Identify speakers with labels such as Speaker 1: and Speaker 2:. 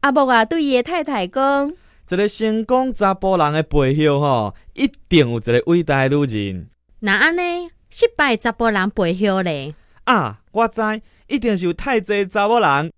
Speaker 1: 阿木啊，对伊的太太讲，
Speaker 2: 一个成功查甫人的背后吼，一定有一个伟大的女人
Speaker 3: 那安尼，失败查甫人背后咧。
Speaker 2: 啊！我知，一定是有太济查某人